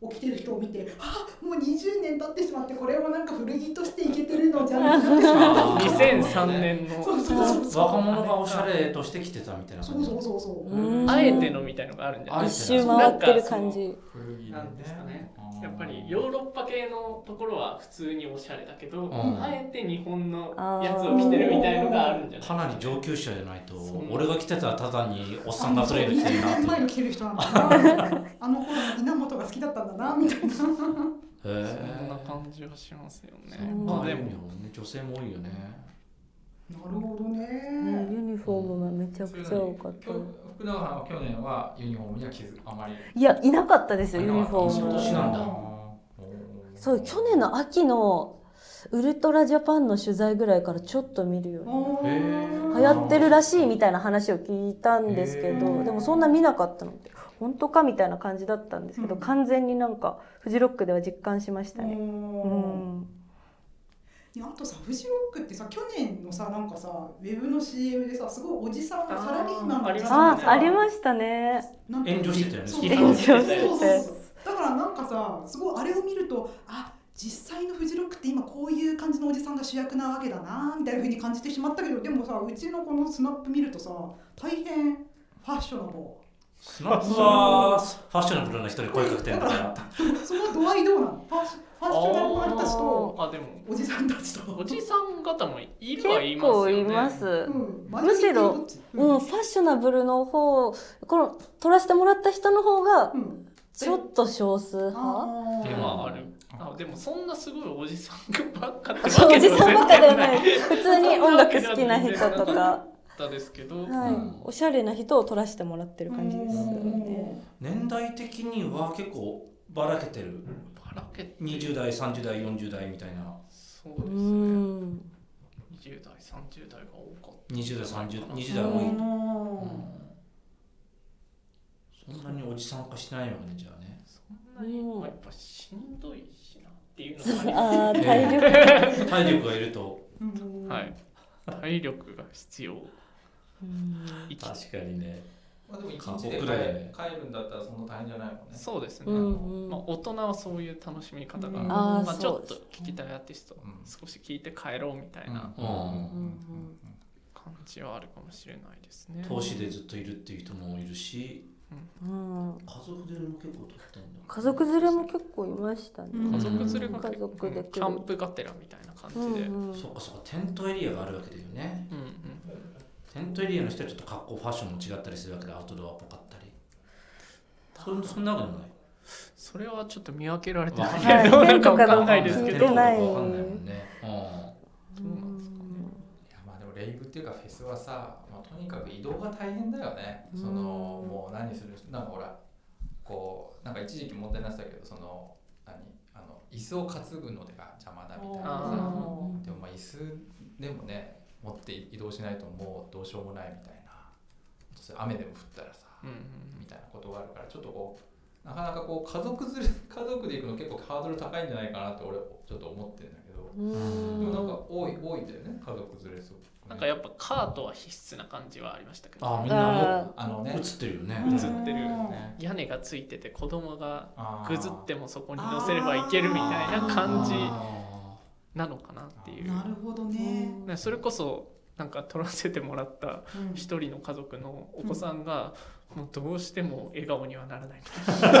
S3: を着てる人を見てあもう20年経ってしまってこれもなんか古着としてイケてるのじゃなくて
S1: あー
S4: 2003年の
S3: そうそうそうそう
S1: 若者がおしゃれとして来てたみたいな
S3: そ
S1: 感
S3: う
S1: じ
S3: そうそうそう
S5: うん
S4: あえてのみたいのがあるんじゃな
S1: あ
S4: い
S1: え
S5: 一
S1: て
S5: 周回ってる感じ
S2: 古着で
S4: なんですかね
S1: あー
S4: やっぱりヨーロッパ系のところは普通におしゃれだけど、
S1: ん
S4: あえて日本のやつを着てるみたいのがあるんじゃない
S1: かなり上級者じゃないと
S4: そう
S1: 俺が来てたらただにおっさんが溢れる
S3: 20
S1: っていう な
S3: 年
S1: と
S3: 前の着てる人なんだなあの頃の稲本が好きだったんだなみたいな
S1: へー
S4: そんな感じはしますよね
S5: そう。
S4: ま
S1: ま
S4: あ
S1: あ
S4: で
S1: で
S4: も
S1: も女性も多いよね
S3: なるほど
S5: ね
S3: ね
S5: ユニフォームがめちゃくちゃ多かった
S2: 今日福永さんは去年はユニフォームには気づあまり
S5: いやいなかったですよユニフォ
S1: あ今年
S5: ー
S1: な
S5: ム
S1: んだ
S5: そう去年の秋のウルトラジャパンの取材ぐらいからちょっと見るように
S3: おー
S1: へー
S5: 流行ってるらしいみたいな話を聞いたんですけ
S3: へ
S5: ど
S3: ー
S5: でもそんな見なかったので本当かみたいな感じだったんですけど、
S3: うん
S5: 完全になんかフジロックでは実感しましたね。う
S3: おー
S5: ん、
S3: いやあとさフジロックってさ去年のさなんかさウェブの CM でさすごいおじさんのサラリーマン
S4: あーあり
S3: じ
S4: ま
S3: さ
S4: す
S3: ん
S5: あ
S4: ね
S5: ありましたね。
S3: なんて
S1: 炎上してたよね
S3: そう
S1: 聞いた
S5: 炎
S3: そ
S5: 上
S3: う
S5: して
S3: そう
S5: て
S3: そうだからなんかさすごいあれを見るとあ実際のフジロックって今こういう感じのおじさんが主役なわけだなみたいな風に感じてしまったけどでもさうちのこのスナップ見るとさ大変ファッショナブル
S1: スナップはファッショナブルな人に声かけてるから
S3: その度合いどうなのファッシファッショナブルな人たちと
S4: あでも
S3: おじさんたちと
S4: おじさん方もいる
S5: 結
S4: はいますよ
S5: 構
S4: ね。
S5: います。
S3: うん
S5: むしろ
S3: マジで
S5: う
S3: ど
S5: ん、
S3: っち
S5: ファッショナブルの方この撮らせてもらった人の方が
S3: うんうん
S5: ちょっと少数派
S3: あ
S4: で
S3: ー
S4: はある。あでもそんなすごいおじさんばっかって
S5: あそうおじさんばっかではないい普通に音楽好きな人と
S4: そんな
S5: か、
S4: だですけど、
S5: はい
S1: うん
S5: おしゃれな人を撮らせてもらってる感じですよね。
S1: 年代的には結構ばらけてる
S4: ばらけて
S1: 20代30代40代みたいな
S4: そう
S5: う
S4: ですね。
S5: ん
S4: 20代30代が多かっ
S1: 20代30 20
S5: う
S1: 代
S5: ん
S1: 多い、
S3: うん
S1: そんなにおじさん化してないよねじゃあね
S4: た。そんなに、
S5: うん
S4: まあ、やっぱしんどいしなっていうのがあります
S5: あー体力
S1: 体力がいると
S3: うん
S4: はい。体力が必要。生き
S1: 確かにね
S2: まあでも一日で
S1: 過酷
S2: 帰
S1: だよね
S2: 帰るんだったらそんな大変じゃないもんね
S4: そうですね。
S5: うんうん
S4: まあ、大人はそういう楽しみ方がある、
S3: うん
S5: あー
S4: まあ、ちょ
S5: そ
S4: っ
S5: うです
S4: と
S5: ね
S4: 聞きたいアーティスト、
S2: うん
S4: 少し聞いて帰ろうみたいな
S1: うん
S5: うん
S4: 感じはあるかもしれないですね。
S1: 投資でずっといるっていう人もいるし
S5: うんうん
S1: 家族でも結構取ったんだ
S5: 家族連れも結構いましたね。
S3: うん
S4: 家族連れが
S5: 家族で来る
S4: キャンプがてらみたいな感じで、うんうん
S5: うんうん
S1: そっかそっかテントエリアがあるわけだよねテントエリアの人はちょっと格好ファッションも違ったりするわけでアウトドアっぽかったりそそんなわけでもない
S4: それはちょっと見分けられて ない
S1: はい
S4: けど、なんか
S5: テントか
S4: わ
S5: ど
S4: か
S5: うんか
S4: ない
S5: 聞
S4: ですけ
S5: い
S4: ど、
S5: てない
S1: わかんないもんね、う
S4: どうなんですかね。
S2: いやまあでもレイブっていうかフェスはさ、まあ、とにかく移動が大変だよねそのもう何するなんかほらこうなんか一時期問題になってたけどその何あの椅子を担ぐのが邪魔だみたいなさ
S4: あ
S2: でもまあ椅子でもね持って移動しないともうどうしようもないみたいなそれ雨でも降ったらさ、
S4: うん
S2: みたいなことがあるからちょっとこうなかなかこう家族連れ家族で行くの結構ハードル高いんじゃないかなって俺ちょっと思ってるんだけど、
S5: うん
S2: でもなんか多い多いんだよね家族連れすごくね、
S4: なんかやっぱカートは必須な感じはありましたけど、
S1: ん、あみんなも
S2: あの
S1: う
S2: ね
S1: 映ってるよね、
S4: 映
S2: ん
S4: ってる
S3: うん
S2: ね
S4: 屋根がついてて子供が
S2: あー
S4: ぐずってもそこに乗せればいけるみたいな感じ
S1: あ
S4: なのかなっていう
S3: なるほどね。
S4: ねそれこそなんか撮らせてもらった一人の家族のお子さんが、もうどうしても笑顔にはならない、
S1: ーい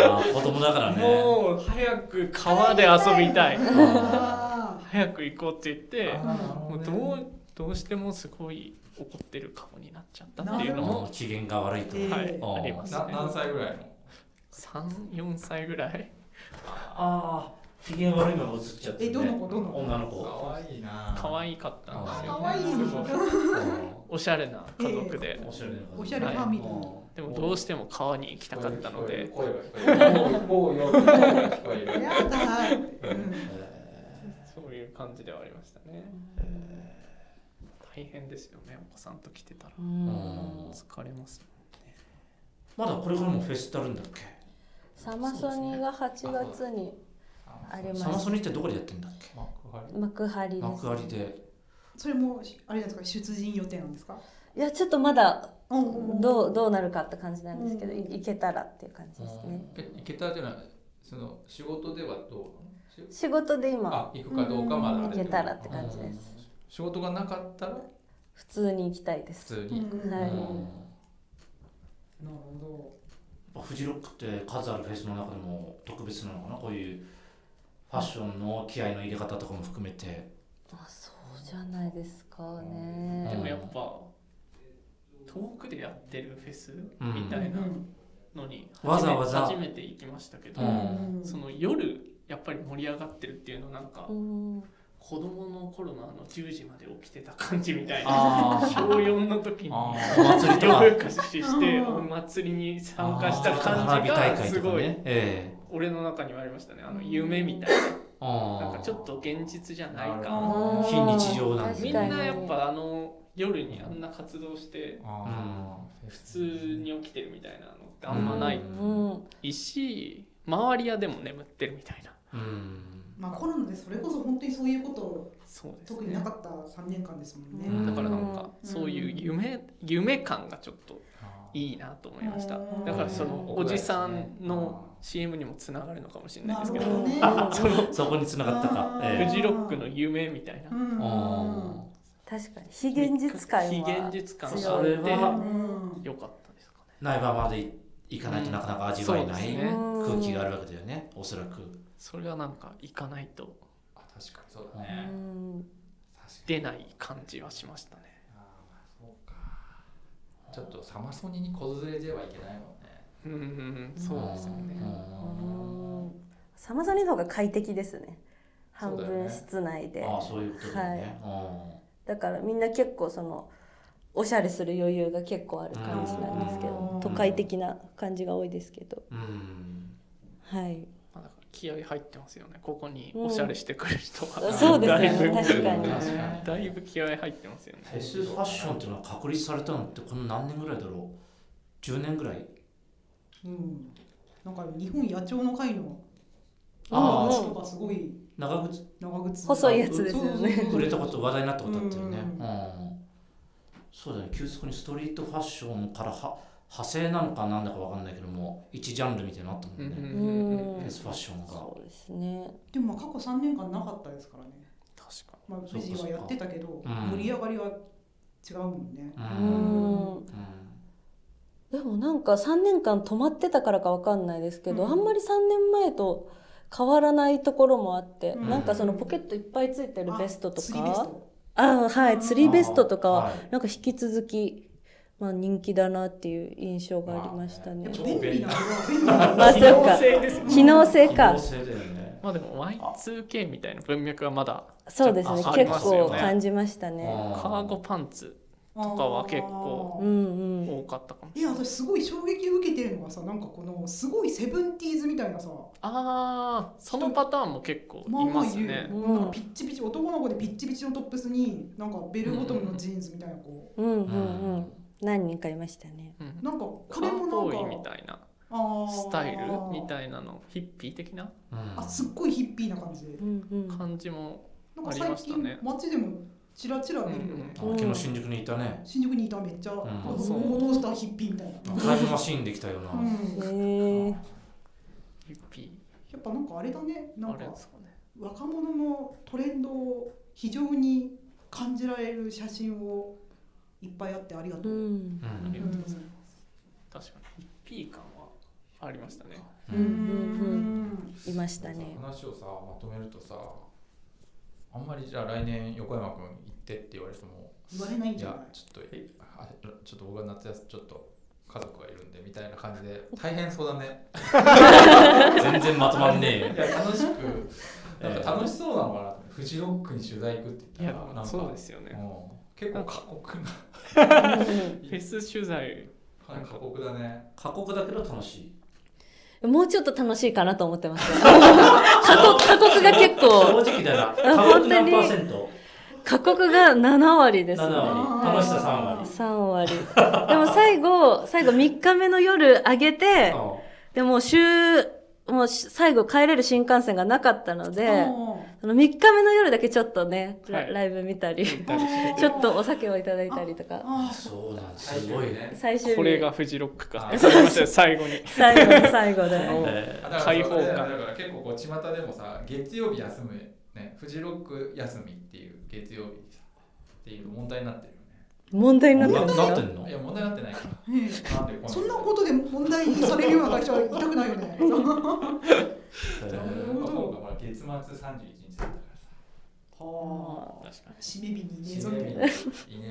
S1: やー子供だからね
S4: もう早く川で遊びたい
S3: あ
S4: 早く行こうって言ってもう
S2: う
S4: どうどうしてもすごい怒ってる顔になっちゃったっていうの
S1: も
S4: も
S1: う機嫌が悪いと、
S3: えー
S4: はい
S1: あー
S4: あります
S2: な
S4: ね
S2: 何歳ぐらいの
S4: 34歳ぐらい
S1: あ機嫌悪いまま映っちゃって、ね、
S3: えどの子どの子
S1: 女の子
S2: 可愛いな
S4: 可愛かったんですよ
S3: 可愛い
S2: すごい
S4: おしゃれな家族で、
S1: おしゃれな感じ
S3: おしゃれファミリー
S4: でもどうしても川に行きたかったので
S2: 声が聞 こえるもうよ声が聞こえる
S3: やだ、うん
S4: そういう感じではありましたね大変ですよねお子さんと来てたら
S5: うん
S4: 疲れますもんね
S1: まだこれからもフェスってあるんだっけ
S5: サマソニが8月にあり
S1: サ
S5: ま
S1: マ
S5: す
S1: ソニってどこでやってんだっけ
S2: 幕張
S5: 幕張です
S1: 幕張で
S3: それもあれなんですか出陣予定なんですか
S5: いやちょっとまだ
S3: うん
S5: どうどうなるかって感じなんですけど、
S3: う
S5: い
S3: ん
S5: いけたらっていう感じですね
S2: え池田じゃないその仕事ではどうなのし
S5: 仕事で
S2: あ
S5: 今
S2: 行くかどうかまだあれ
S5: 行けたらって感じです
S2: 仕事がなかったら
S5: 普通に行きたいで
S2: 普
S5: す
S2: 通
S3: う
S2: に
S3: ん、
S5: は
S1: う
S5: い
S1: ん
S3: なる
S1: やっ
S3: ほ
S1: ぱフジロックって数あるフェスの中でも特別なのかなこういうファッションの気合の入れ方とかも含めて
S5: あそうじゃないですか
S4: で
S5: ね
S4: もやっぱ遠くでやってるフェス
S1: うん
S4: み
S3: ど
S4: たいなのに初め
S1: わざわざ
S4: 初めて行きましたけど、
S1: うん
S4: その夜やっぱり盛り上がってるっていうのなんか
S5: うん
S4: 子供の頃のあの10時まで起きてた感じみたいな
S1: あ
S4: 小4の時に
S2: あー
S1: お祭りとか
S4: 夜更かしして
S3: うん
S4: お祭りに参加した
S1: あー
S4: 感じ
S1: 花火大
S4: が
S1: 会
S4: す
S1: とか
S4: ごい
S1: ねええ
S4: 俺の中にはありましたねあの夢みたいな
S1: あ
S4: なんかちょっと現実じゃない
S2: なる
S4: か
S2: ほ
S5: あー
S1: 非日常なんで
S4: みん
S5: 確かに
S4: なやっぱあの夜にあんな活動して
S2: あー
S4: 普通に起きてるみたいなのってあんまない
S5: うん
S4: し周りはでも眠ってるみたいな
S1: どうん
S3: まあコロナでそれこそ本当にそういうこと
S4: そうです
S3: 特に
S4: ね
S3: なかった3年間ですもんね、
S1: うん
S4: だからなんか
S3: うん
S4: そういう夢夢感がちょっと
S2: あー
S4: いいなと思いました
S3: うん
S4: だからそのおじさんの CM にもつながるのかもしれないですけど
S3: なるほどね
S4: あその
S1: そこに繋がったか
S3: あー
S4: フ
S1: ええ
S4: ジロックの夢みたいな
S3: うんうん
S1: あ
S5: 確かに非現実感は
S4: 非現実感があ
S5: 強
S4: っ
S5: い
S4: て
S1: それは
S3: うん
S4: よかったですかね
S1: ーない場まで行かないとなかなか味わえな
S4: そう
S1: い
S4: ですね
S1: 空気があるわけだよねおそらく
S4: それはなんか行かないと
S2: あ確かにそうだ
S5: う
S2: ね
S5: ん
S2: 確かに
S4: 出ない感じはしましたね
S2: あーまあそうかちょっとサマソニに子連れではいけないもんね
S4: うんそうですよね
S5: うんサマソニの方が快適ですね半
S2: そうだよ
S5: 分
S2: ね
S5: 室内で
S1: ああそういうことだよねうん
S5: だからみんな結構そのおしゃれする余裕が結構ある感じなんですけ
S3: う
S5: ど
S3: ん
S5: 都会的な感じが多いですけど
S1: うん
S5: はい
S4: まあだから気合入ってますよねここにおしゃれしてくる人は、
S5: うん そうです
S4: だ
S5: よ
S4: い
S5: ね
S4: ぶ
S5: 確かに
S2: 確かに
S4: だいぶ気合入ってますよね
S1: フェスファッションっていうのは確立されたのってこの何年ぐらいだろう10年ぐらい
S3: うんなんか日本野鳥の会の
S1: あ
S5: うん
S1: あ
S5: うん
S3: 人がすごい
S1: 長靴
S3: 長靴
S5: 細いやつですよね
S3: そうそうそう
S1: 売れたこと話題になったことだったよね
S3: うん
S1: うんそうだね急速にストリートファッションからは派生なのかなんだかわかんないけども一ジャンルみたいになのあったも
S4: うん
S1: んね
S5: うん
S1: フェスファッションが
S5: そうですね
S3: でもまあ過去3年間なかったですからね、
S4: 確か
S3: まあ、富士はやってたけど
S1: うか
S3: 盛り上がりは違うもんね、
S1: う
S5: うんんでもなんか3年間止まってたからかわかんないですけど、
S3: うん
S5: あんまり3年前と変わらないところもあって、
S3: うん
S5: なんかそのポケットいっぱいついてる
S3: あ
S5: ベストと
S3: 釣りベス
S5: か
S3: ト
S5: あは
S3: あー
S5: い釣りベストとか
S1: は
S5: はいなんか引き続き、まあ、人気だなっていう印象がありました
S3: や
S5: ね
S3: っ。ぱ
S1: 超
S3: 便利なのは便利
S5: まあ
S3: な
S5: そ
S3: の
S5: う
S4: に
S5: か
S4: 性ですよね
S5: 機能性
S1: 機
S5: か
S1: 能性だよね
S4: まあでも Y2K みたいな文脈はまだ
S5: そうですね
S4: ああり
S5: 結
S4: ます
S5: 構
S4: よね
S5: 感じました
S1: カ
S5: ね。
S4: カーゴパンツ
S3: と
S4: かは結構
S5: うんうん、
S4: 多かったかもし
S3: い
S4: れ
S3: や
S4: ない
S3: 私すごい衝撃を受けてるのがさなんかこのすごいセブンティーズみたいなさ
S4: ああそのパターンも結構い
S3: まあま
S4: ま
S3: あ
S4: す
S3: いる、
S4: ね
S5: うん
S3: なんかピッチピチ男の子でピッチピチのトップスになんかベルボトムのジーンズみたいな子、
S5: うんうんうん何人かいましたね。
S4: うん
S3: なんかこ
S4: カ
S3: れ
S4: ー
S3: も
S4: ボ
S3: な
S4: ーイ
S3: ん
S4: み
S3: か
S4: たいな
S3: あー
S4: スタイルみたいなのヒッピー的な
S1: うん
S3: あすっごいヒッピーな感じ
S5: うんうん、
S4: 感じも
S3: なんか
S4: あり
S3: 最
S4: ましたね
S3: 近街でもチラチラ
S4: う
S3: 見るよね、
S4: ん
S1: あ昨日新宿にいたね
S3: 新宿にいためっちゃ、う
S1: うん
S3: そうどうしたヒッピーみたいな、
S1: タイムマシーンできたよな
S3: うん
S5: へ
S3: や
S5: ー
S4: ヒッピ
S3: っぱなんかあれだねな
S4: ー
S3: ん
S4: あれ
S3: か
S4: ですかね
S3: 若者のトレンドを非常に感じられる写真をいっぱいあってありがと
S5: う
S3: う、
S5: ん
S1: う
S4: あり
S1: ん
S4: がとうございます確かにヒッピー感はありましたね
S3: う
S5: う
S3: ん
S5: んいました ね。
S2: 話をさまとめるとさあんまりじゃあ来年横山君行ってって言われても
S3: 言われないん
S2: い
S3: じゃない
S2: やちょっとあちょっと僕が夏休みちょっと家族がいるんでみたいな感じで大変そうだね
S1: 全然まとまんねえよ
S2: いや 楽しくなんか楽しそうなのかなと思ってフジロックに取材行くって
S4: い
S2: 言
S4: や
S2: ったらなんか
S4: そうですよね
S2: うん結構過酷な
S5: うん
S4: フェス取材
S2: はい過酷だね
S1: 過酷だけど楽し い
S5: もうちょっと楽しいかなと思ってます。 過酷過酷が結
S1: 正
S5: 構、
S1: 直だな
S5: あ
S1: 過酷何
S5: 本当に
S1: パーセント
S5: 過酷が7割です、
S1: 7
S5: ね。
S1: 割楽しさ3割
S5: 3割。でも最後、最後3日目の夜上げて、でもう週、もうし最後帰れる新幹線がなかったので、その3日目の夜だけちょっとね、ラ
S4: はい
S5: ライブ見たり、
S4: 行ったりして
S5: ちょっとお酒をいただいたりとか、
S1: あ
S3: あ
S1: そうなんすごいね
S5: 最終日。
S4: これがフジロックか
S2: あ
S4: すいません最後 に
S5: 最後の最後で。
S1: え
S2: あだから
S4: 開放感
S2: だからだから結構こう巷でもさ月曜日休むねフジロック休みっていう月曜日さっていう問題になってるよね
S5: 問題
S1: ー
S5: にな
S1: な
S5: ってます
S1: なって
S5: よ。
S1: んの
S2: いや問題になってないから
S3: ーええ
S2: なんでこ
S3: そんなことでも問題にされるような会社はいたくないよね
S2: とな
S1: え
S2: るほどほら月末31日だからさ
S3: はあ
S4: 確か
S3: 締め日にねえ
S2: 死
S3: ぞ
S2: ね
S3: は
S2: えいね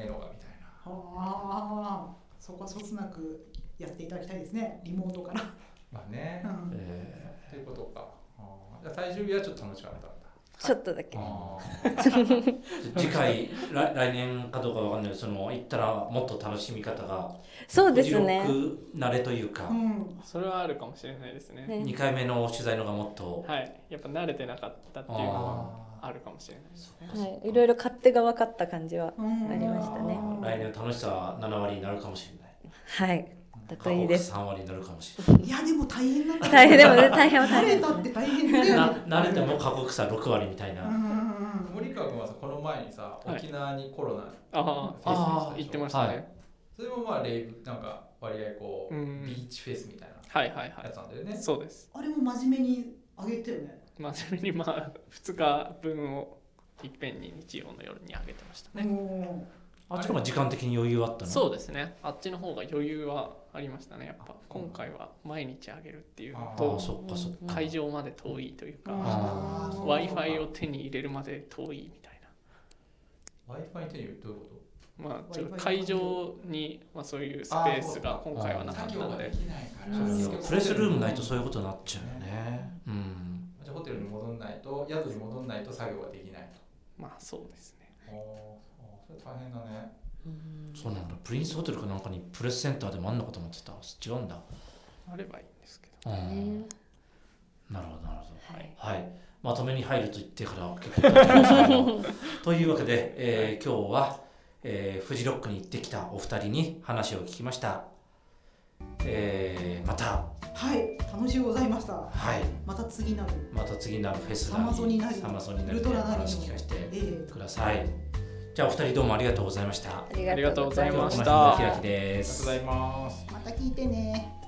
S2: えのがみたいな
S3: あそこはそつなくやっていただきたいですねリモートから、
S2: まあね
S3: うん
S1: え
S2: ということかあーじゃあ最終日はちょっと楽しかったんだ
S5: ちょっとだけ。
S2: あ
S1: ー次回 来来年かどうかわかんないけどその行ったらもっと楽しみ方が
S5: そうですね。
S1: フジロック慣れというか
S3: うん
S4: にそれはあるかもしれないですね
S5: ね
S1: 2回目の取材のがもっと
S4: はいやっぱ慣れてなかったっていう
S2: ー
S4: のは
S2: あ
S4: あるかもしれない
S1: そっかそっか
S5: はい、いろいろ勝手が分かった感じは、
S3: うん
S5: ありましたね
S1: 来年の楽しさは7割になるかもしれない
S5: はい、だと
S1: 過
S5: いい
S1: 酷
S5: です。
S1: 3割になるかもしれない
S3: いやでも大変だった
S5: 大変でもね、大変は大
S3: 慣れ
S5: 変。
S3: たって大変だよね
S1: な 慣れても過酷さ6割みたい
S3: うんう
S1: な。
S3: ん
S2: ー森川君はさこの前にさ
S4: はい
S2: 沖縄にコロナ
S4: あ
S2: フェスにしたでしょ
S4: あ
S1: あー
S4: 言ってましたね
S2: それもまあレイブなんか割合こう
S4: う
S2: ビ
S4: ん
S2: ーチフェスみたいな
S4: はいはい
S2: や
S4: は
S2: つなんだよね
S4: いそうです
S3: あれも真面目に上げてよね
S4: 真面目にまあ2日分をいっぺんに日曜の夜にあげてましたね
S3: も
S1: あっちの方が時間的に余裕あったの。
S4: そうですねあっちの方が余裕はありましたねやっぱ今回は毎日あげるっていうの
S1: あ
S4: と
S1: あ、そっかそっか。
S4: 会場まで遠いという
S3: う
S4: か
S1: あー
S4: w i f i を手に入れるまで遠いみたい
S2: Wi-Fi というどういうこ
S4: なまあちょっと
S3: Wi-Fi
S4: 会場にまあそういうスペースが今回は
S2: と
S4: なかっ
S2: 作
S4: た
S2: 業が
S4: の
S2: で
S4: で
S2: きないから
S3: そう
S1: いやプレスルームないとそう
S2: いう
S1: いうことになっちゃうよね。うん。
S2: じゃあホテルに戻んないと宿に戻んないと作業ができない
S4: まあそうですね
S2: とおーそれ大変だね
S1: そうなんだ。プリンスホテルかなんかにプレスセンターでもあんのかと思ってた。違うんだ。
S4: あればいいんですけど
S1: うん。
S5: ね
S1: なるほどなるほど。
S5: は
S1: は
S5: い、
S1: い。まとめに入ると言ってから結構経ってますけど。というわけで、えー今日は、えーフジロックに行ってきたお二人に話を聞きました。えーまた、
S3: うはい楽しゅうございました
S1: はい。
S3: また次なる
S1: また次なるフェス
S3: サマソニなり
S1: サマソニな
S3: ウ
S1: り
S3: ルトラなりの
S1: 話聞かせて
S3: え
S1: くださいじゃあお二人どうもありがとうございました
S5: ありがとうござい
S4: ありがとうござい
S5: ま
S4: ますし。た
S1: 今日はこの辺で開きで
S2: ありがとう
S1: す
S2: ございます
S3: えまた聞いてね